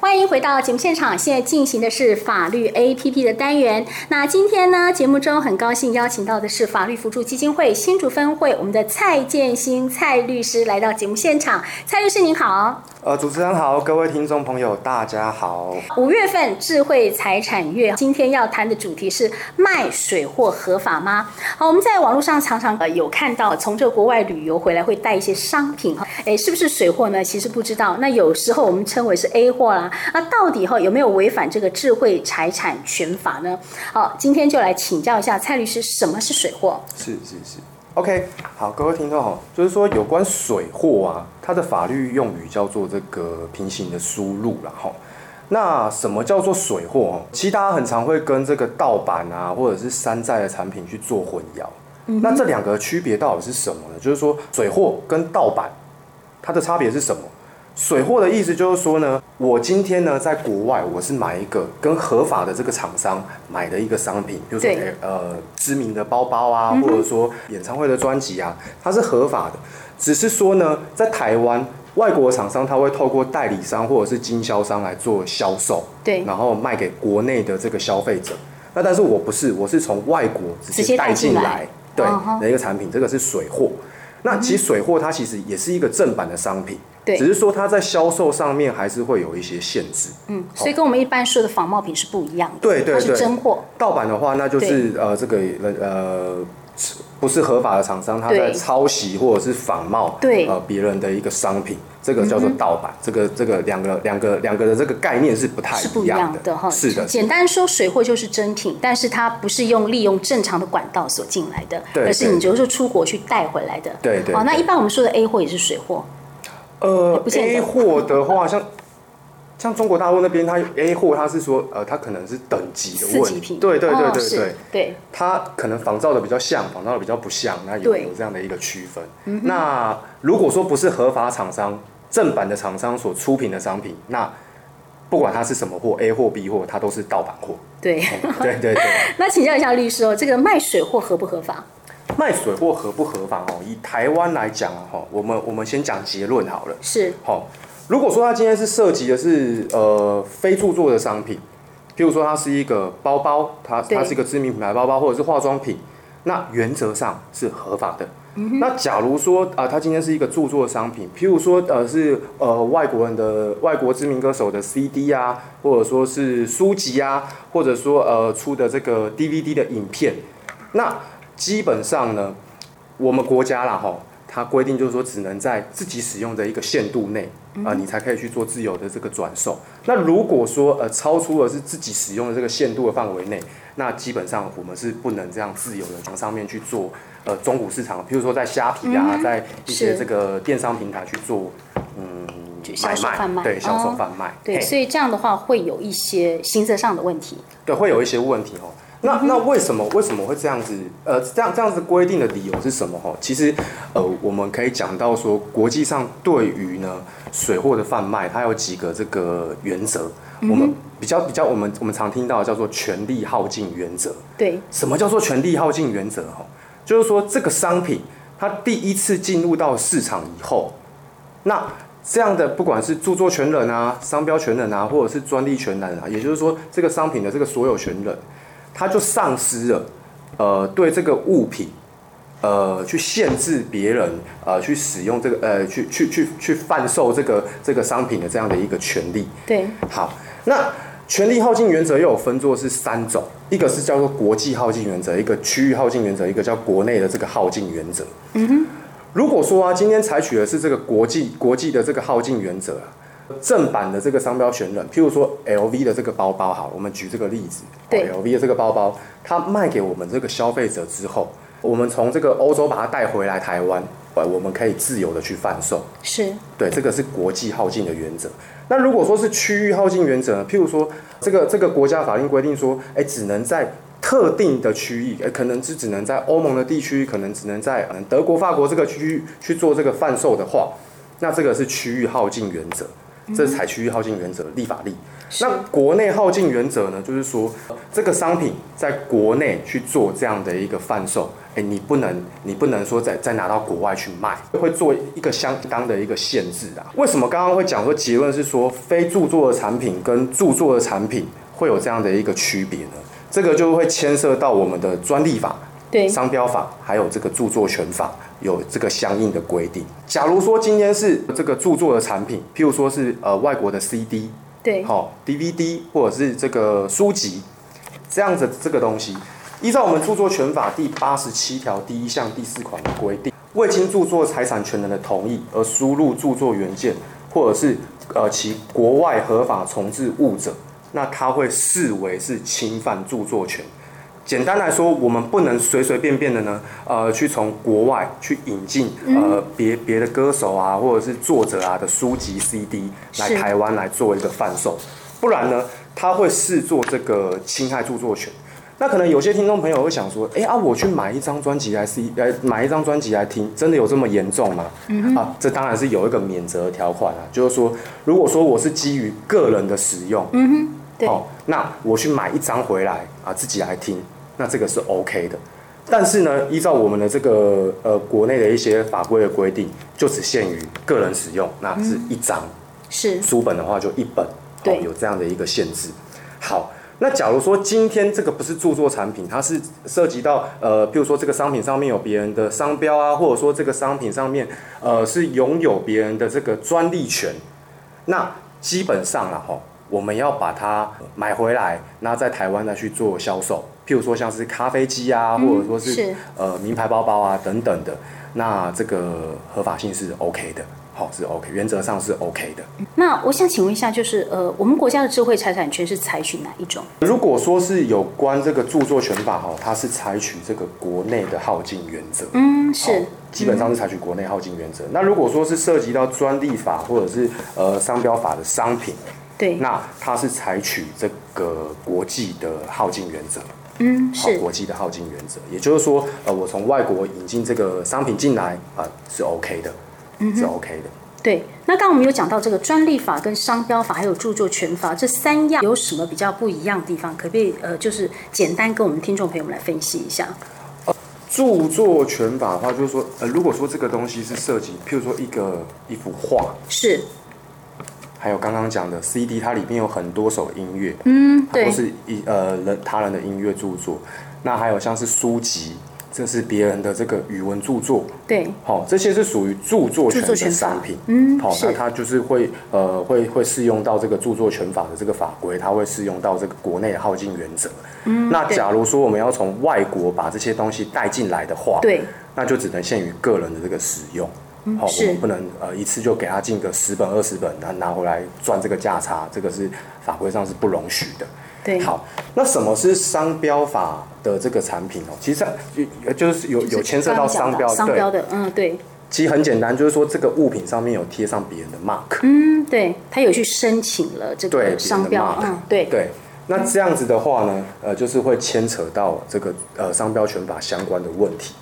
欢迎回到节目现场，现在进行的是法律 A P P 的单元。那今天呢，节目中很高兴邀请到的是法律辅助基金会新竹分会我们的蔡建新蔡律师来到节目现场。蔡律师您好，呃，主持人好，各位听众朋友大家好。五月份智慧财产月，今天要谈的主题是卖水货合法吗？好，我们在网络上常常呃有看到，从这国外旅游回来会带一些商品哈，哎，是不是水货呢？其实不知道。那有时候我们称为是 A 货啦，那到底哈有没有违反这个智慧财产权法呢？好，今天就来请教一下蔡律师，什么是水货？是是是，OK，好，各位听众好，就是说有关水货啊，它的法律用语叫做这个平行的输入啦哈。那什么叫做水货哦？其实大家很常会跟这个盗版啊，或者是山寨的产品去做混淆。那这两个区别到底是什么呢？就是说水货跟盗版它的差别是什么？水货的意思就是说呢，我今天呢在国外我是买一个跟合法的这个厂商买的一个商品，比如说对呃知名的包包啊，或者说演唱会的专辑啊，它是合法的。只是说呢，在台湾外国厂商他会透过代理商或者是经销商来做销售，对然后卖给国内的这个消费者。那但是我不是，我是从外国直直接接带带进进来来对嗯哼的一个产品，这个是水货。那其实水货它其实也是一个正版的商品，对只是说它在销售上面还是会有一些限制。嗯，所以跟我们一般说的仿冒品是不一样的，对对它是对真货，盗版的话，那就是呃这个呃不是合法的厂商，他在对抄袭或者是仿冒对嗯呃别人的一个商品，这个叫做盗版。这个这个两个两个两个的这个概念是不太是不一一样的的哈。是的，简单说，水货就是真品，但是它不是用利用正常的管道所进来的，对而是对你就是出国去带回来的。对对好，哦那对一般我们说的 A 货也是水货，呃不见得，A 货的话，像像中国大陆那边，它 A 货它是说，呃，它可能是等级的四问级题，品。对对对哦对是对，对它可能仿造的比较像，仿造的比较不像，那有对嗯有这样的一个区分。那如果说不是合法厂商、正版的厂商所出品的商品，那不管它是什么货，A 货、B 货，它都是盗版货。嗯对。对对对。 那请教一下律师哦，这个卖水货合不合法？卖水货合不合法哦？以台湾来讲啊哦，我们我们先讲结论好了。是好、如果说它今天是涉及的是呃非著作的商品，譬如说它是一个包包，它对它是一个知名品牌包包或者是化妆品，那原则上是合法的。嗯那假如说啊、呃它今天是一个著作商品，譬如说呃是呃外国人的外国知名歌手的 CD 啊，或者说是书籍啊，或者说呃出的这个 DVD 的影片，那基本上呢，我们国家啦吼，它规定就是说只能在自己使用的一个限度内嗯啊、呃你才可以去做自由的这个转售。那如果说呃超出了是自己使用的这个限度的范围内，那基本上我们是不能这样自由的从上面去做呃中古市场，比如说在虾皮啊，在一嗯些是这个电商平台去做嗯就销买售卖，贩卖，对销售哦贩卖，对，嘿所以这样的话会有一些刑责上的问题。对，会有一些问题哦。那那为什么为什么会这样子？呃，这样这样子规定的理由是什么？哦，其实呃，我们可以讲到说，国际上对于呢水货的贩卖，它有几个这个原则。我们比较比较，我们我们常听到的叫做权力耗尽原则。对，什么叫做权力耗尽原则？哈，就是说这个商品它第一次进入到市场以后，那这样的不管是著作权人啊、商标权人啊，或者是专利权人啊，也就是说这个商品的这个所有权人，他就丧失了呃对这个物品。呃，去限制别人呃去使用这个呃去去去去贩售这个这个商品的这样的一个权利，对，好，那权力耗尽原则又有分作是三种，一个是叫做国际耗尽原则，一个区域耗尽原则，一个叫国内的这个耗尽原则。嗯哼，如果说啊，今天采取的是这个国际国际的这个耗尽原则啊。正版的这个商标权人，譬如说 LV 的这个包包，好，我们举这个例子，对哦，LV 的这个包包，它卖给我们这个消费者之后，我们从这个欧洲把它带回来台湾，呃，我们可以自由的去贩售。是对，这个是国际耗尽的原则。那如果说是区域耗尽原则呢，譬如说这个这个国家法令规定说，哎，只能在特定的区域，哎，可能是只能在欧盟的地区，可能只能在嗯德国、法国这个区域去做这个贩售的话，那这个是区域耗尽原则。这是采区域耗尽原则立法例。那国内耗尽原则呢，就是说这个商品在国内去做这样的一个贩售，哎，你不能你不能说再再拿到国外去卖，会做一个相当的一个限制啊。为什么刚刚会讲说结论是说非著作的产品跟著作的产品会有这样的一个区别呢？这个就会牵涉到我们的专利法对，商标法，还有这个著作权法有这个相应的规定。假如说今天是这个著作的产品，譬如说是呃外国的 CD，对，好、DVD 或者是这个书籍这样子这个东西，依照我们著作权法第八十七条第一项第四款的规定，未经著作财产权人的同意而输入著作原件或者是呃其国外合法重置物者，那他会视为是侵犯著作权。简单来说，我们不能随随便便的呢，呃，去从国外去引进呃别别的歌手啊，或者是作者啊的书籍 CD 来是台湾来做一个贩售，不然呢，他会视作这个侵害著作权。那可能有些听众朋友会想说，哎、啊，我去买一张专辑来 C，来买一张专辑来听，真的有这么严重吗？啊，这当然是有一个免责条款啊，就是说，如果说我是基于个人的使用，对哦，那我去买一张回来啊，自己来听，那这个是 OK 的。但是呢，依照我们的这个呃国内的一些法规的规定，就只限于个人使用，那是一张、是，书本的话就一本，对哦，有这样的一个限制。好，那假如说今天这个不是著作产品，它是涉及到呃，譬如说这个商品上面有别人的商标啊，或者说这个商品上面呃是拥有别人的这个专利权，那基本上啦，吼，我们要把它买回来，那在台湾再去做销售，譬如说像是咖啡机啊，或者说是,、嗯是呃名牌包包啊等等的，那这个合法性是 OK 的，好、是 OK，原则上是 OK 的。那我想请问一下，就是呃，我们国家的智慧财产权是采取哪一种？如果说是有关这个著作权法哈，它是采取这个国内的耗尽原则，嗯，哦是，基本上是采取国内耗尽原则。那如果说是涉及到专利法或者是呃商标法的商品，对，那它是采取这个国际的耗尽原则，嗯，好，是，国际的耗尽原则，也就是说，呃，我从外国引进这个商品进来啊、是 OK 的，是 OK 的。对。那刚刚我们有讲到这个专利法、跟商标法还有著作权法这三样有什么比较不一样的地方？可不可以呃，就是简单跟我们听众朋友们来分析一下？著作权法的话，就是说，呃，如果说这个东西是涉及，譬如说一个一幅画，是，还有刚刚讲的 CD，它里面有很多首音乐，嗯，都对，是一呃人他人的音乐著作。那还有像是书籍，这是别人的这个语文著作，对，好、这些是属于著作权著作的权法商品。嗯好、是哦那它就是会呃会会适用到这个著作权法的这个法规，它会适用到这个国内的耗尽原则。嗯，那对假如说我们要从外国把这些东西带进来的话，对，嗯那就只能限于个人的这个使用。好、是我们不能呃一次就给他进个十本二十本，然后拿回来赚这个价差，这个是法规上是不容许的。对，好，那什么是商标法的这个产品哦？其实呃就是有有牵涉到商标，刚刚讲商对标，的，嗯，对，其实很简单，就是说这个物品上面有贴上别人的 mark，、嗯，对，他有去申请了这对别个人的呃商标， mark 嗯，对，对。那这样子的话呢，呃，就是会牵扯到这个呃商标权法相关的问题。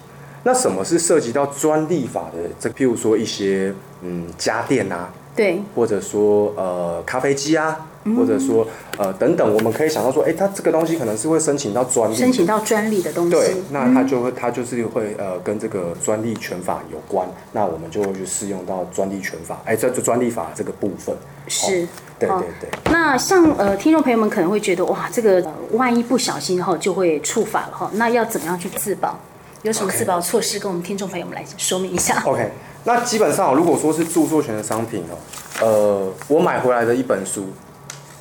那什么是涉及到专利法的？这譬如说一些嗯家电啊，对，或者说呃咖啡机啊，或者说嗯呃等等，我们可以想到说，哎、它这个东西可能是会申请到专利的，申请嗯到专利的东西，对，那它就会，它就是会呃跟这个专利权法有关，那我们就会去适用到专利权法，哎，这就专利法这个部分。是。对哦对对，那像呃，听众朋友们可能会觉得，哇，这个、呃万一不小心哈、就会触法了哈、那要怎么样去自保？有什么 OK 自保措施跟我们听众朋友们来说明一 下？ OK，那基本上如果说是著作权的商品哦，呃，我买回来的一本书，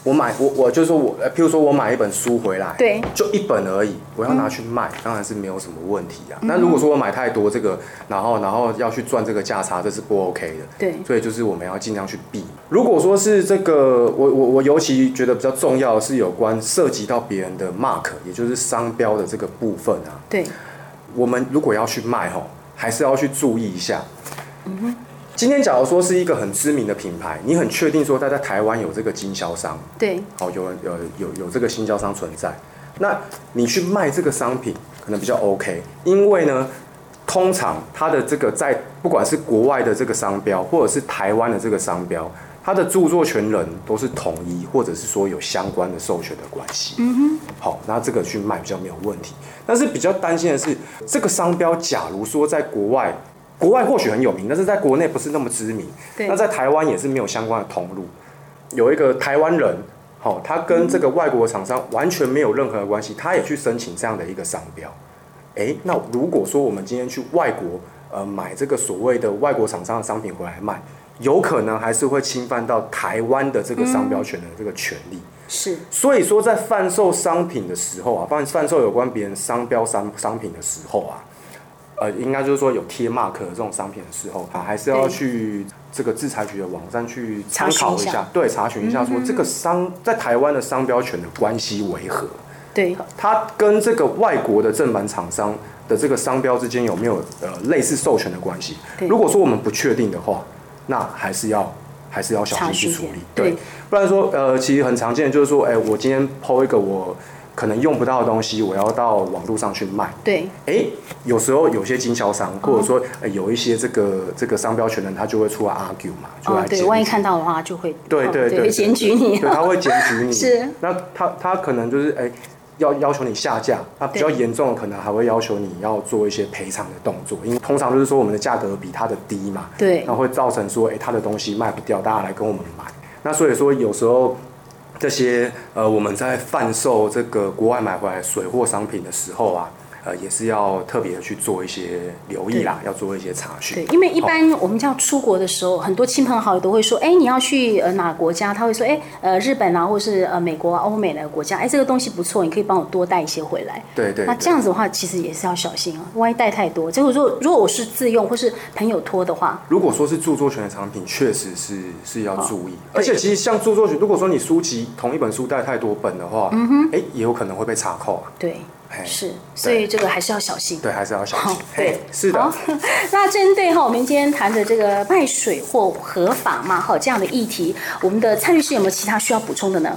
我买我我就是说我，呃譬如说我买一本书回来，对嗯就一本而已，我要拿去卖，当然是没有什么问题啊。那如果说我买太多这个，然后然后要去赚这个价差，这是不 OK 的。对所以就是我们要尽量去避。如果说是这个，我我我尤其觉得比较重要的是有关涉及到别人的 mark，也就是商标的这个部分啊，对，我们如果要去卖吼，还是要去注意一下。今天假如说是一个很知名的品牌，你很确定说它在台湾有这个经销商，对，好有人有有有这个经销商存在，那你去卖这个商品可能比较 OK，因为呢，通常它的这个在不管是国外的这个商标，或者是台湾的这个商标，它的著作权人都是统一，或者是说有相关的授权的关系。嗯好，那这个去卖比较没有问题。但是比较担心的是，这个商标假如说在国外，国外或许很有名，但是在国内不是那么知名。哼，对那，在台湾也是没有相关的通路。有一个台湾人，好、他跟这个外国厂商完全没有任何的关系，他也去申请这样的一个商标。诶，那如果说我们今天去外国，呃，买这个所谓的外国厂商的商品回来卖，有可能还是会侵犯到台湾的这个商标权的这个权利。是所以说，在贩售商品的时候啊，贩贩售有关别人商标商商品的时候啊，呃，应该就是说有贴 mark 的这种商品的时候啊，还是要对去这个制裁局的网站去参查询考一一下下，对，查询一下说这个商在台湾的商标权的关系为何？对，它跟这个外国的正版厂商的这个商标之间有没有呃类似授权的关系对？如果说我们不确定的话，那还是要还是要小查心询去一处点理。对对，不然说呃，其实很常见的就是说，哎、我今天抛一个我可能用不到的东西，我要到网络上去卖。对，哎、有时候有些经销商，或者说、哎有一些这个这个商标权人，他就会出来 argue 嘛，就哦来，检对，举、万一看到的话就会，对哦对对会对检举你哦对，，他会检举你。是，那他他可能就是哎、要要求你下架，那比较严重的可能还会要求你要做一些赔偿的动作，因为通常就是说我们的价格比它的低嘛，对那会造成说哎、他的东西卖不掉，大家来跟我们买。那所以说有时候。这些呃，我们在贩售这个国外买回来水货商品的时候啊，呃，也是要特别的去做一些留意啦，要做一些查询对，。因为一般我们叫出国的时候，很多亲朋好友都会说，哎，你要去呃哪个国家？他会说，哎，呃日本啊，或是呃美国啊、欧美的国家，哎，这个东西不错，你可以帮我多带一些回来。对对那对这样子的话，其实也是要小心啊，万一带太多，结果如果如果我是自用或是朋友托的话，如果说是著作权的产品，确实是是要注意。啊对而且其实像著作权，如果说你书籍同一本书带太多本的话，嗯哼，哎，也有可能会被查扣啊。对，哎，是，所以这个还是要小心。对，还是要小好心。，对嘿，是的好， 那针对哈我们今天谈的这个卖水货合法嘛，哈这样的议题，我们的蔡律师有没有其他需要补充的呢？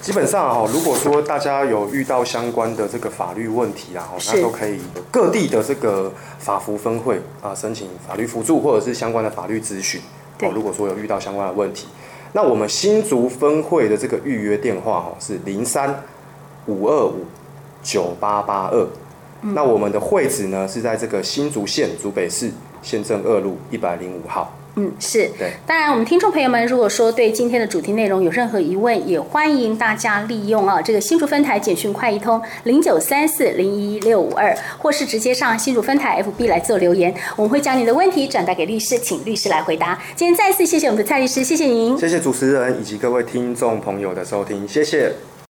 基本上哈、如果说大家有遇到相关的这个法律问题啦，哦，是那都可以各地的这个法服分会啊申请法律辅助或者是相关的法律咨询。对哦，如果说有遇到相关的问题，那我们新竹分会的这个预约电话哦是零三五二五九八八二。嗯那我们的会址呢是在这个新竹县竹北市县政二路一百零五号。嗯，是。对当然，我们听众朋友们，如果说对今天的主题内容有任何疑问，也欢迎大家利用啊这个新竹分台简讯快易通零九三四零一六五二，或是直接上新竹分台 FB 来做留言，我们会将你的问题转达给律师，请律师来回答。今天再次谢谢我们的蔡律师，谢谢您。谢谢主持人以及各位听众朋友的收听，谢谢。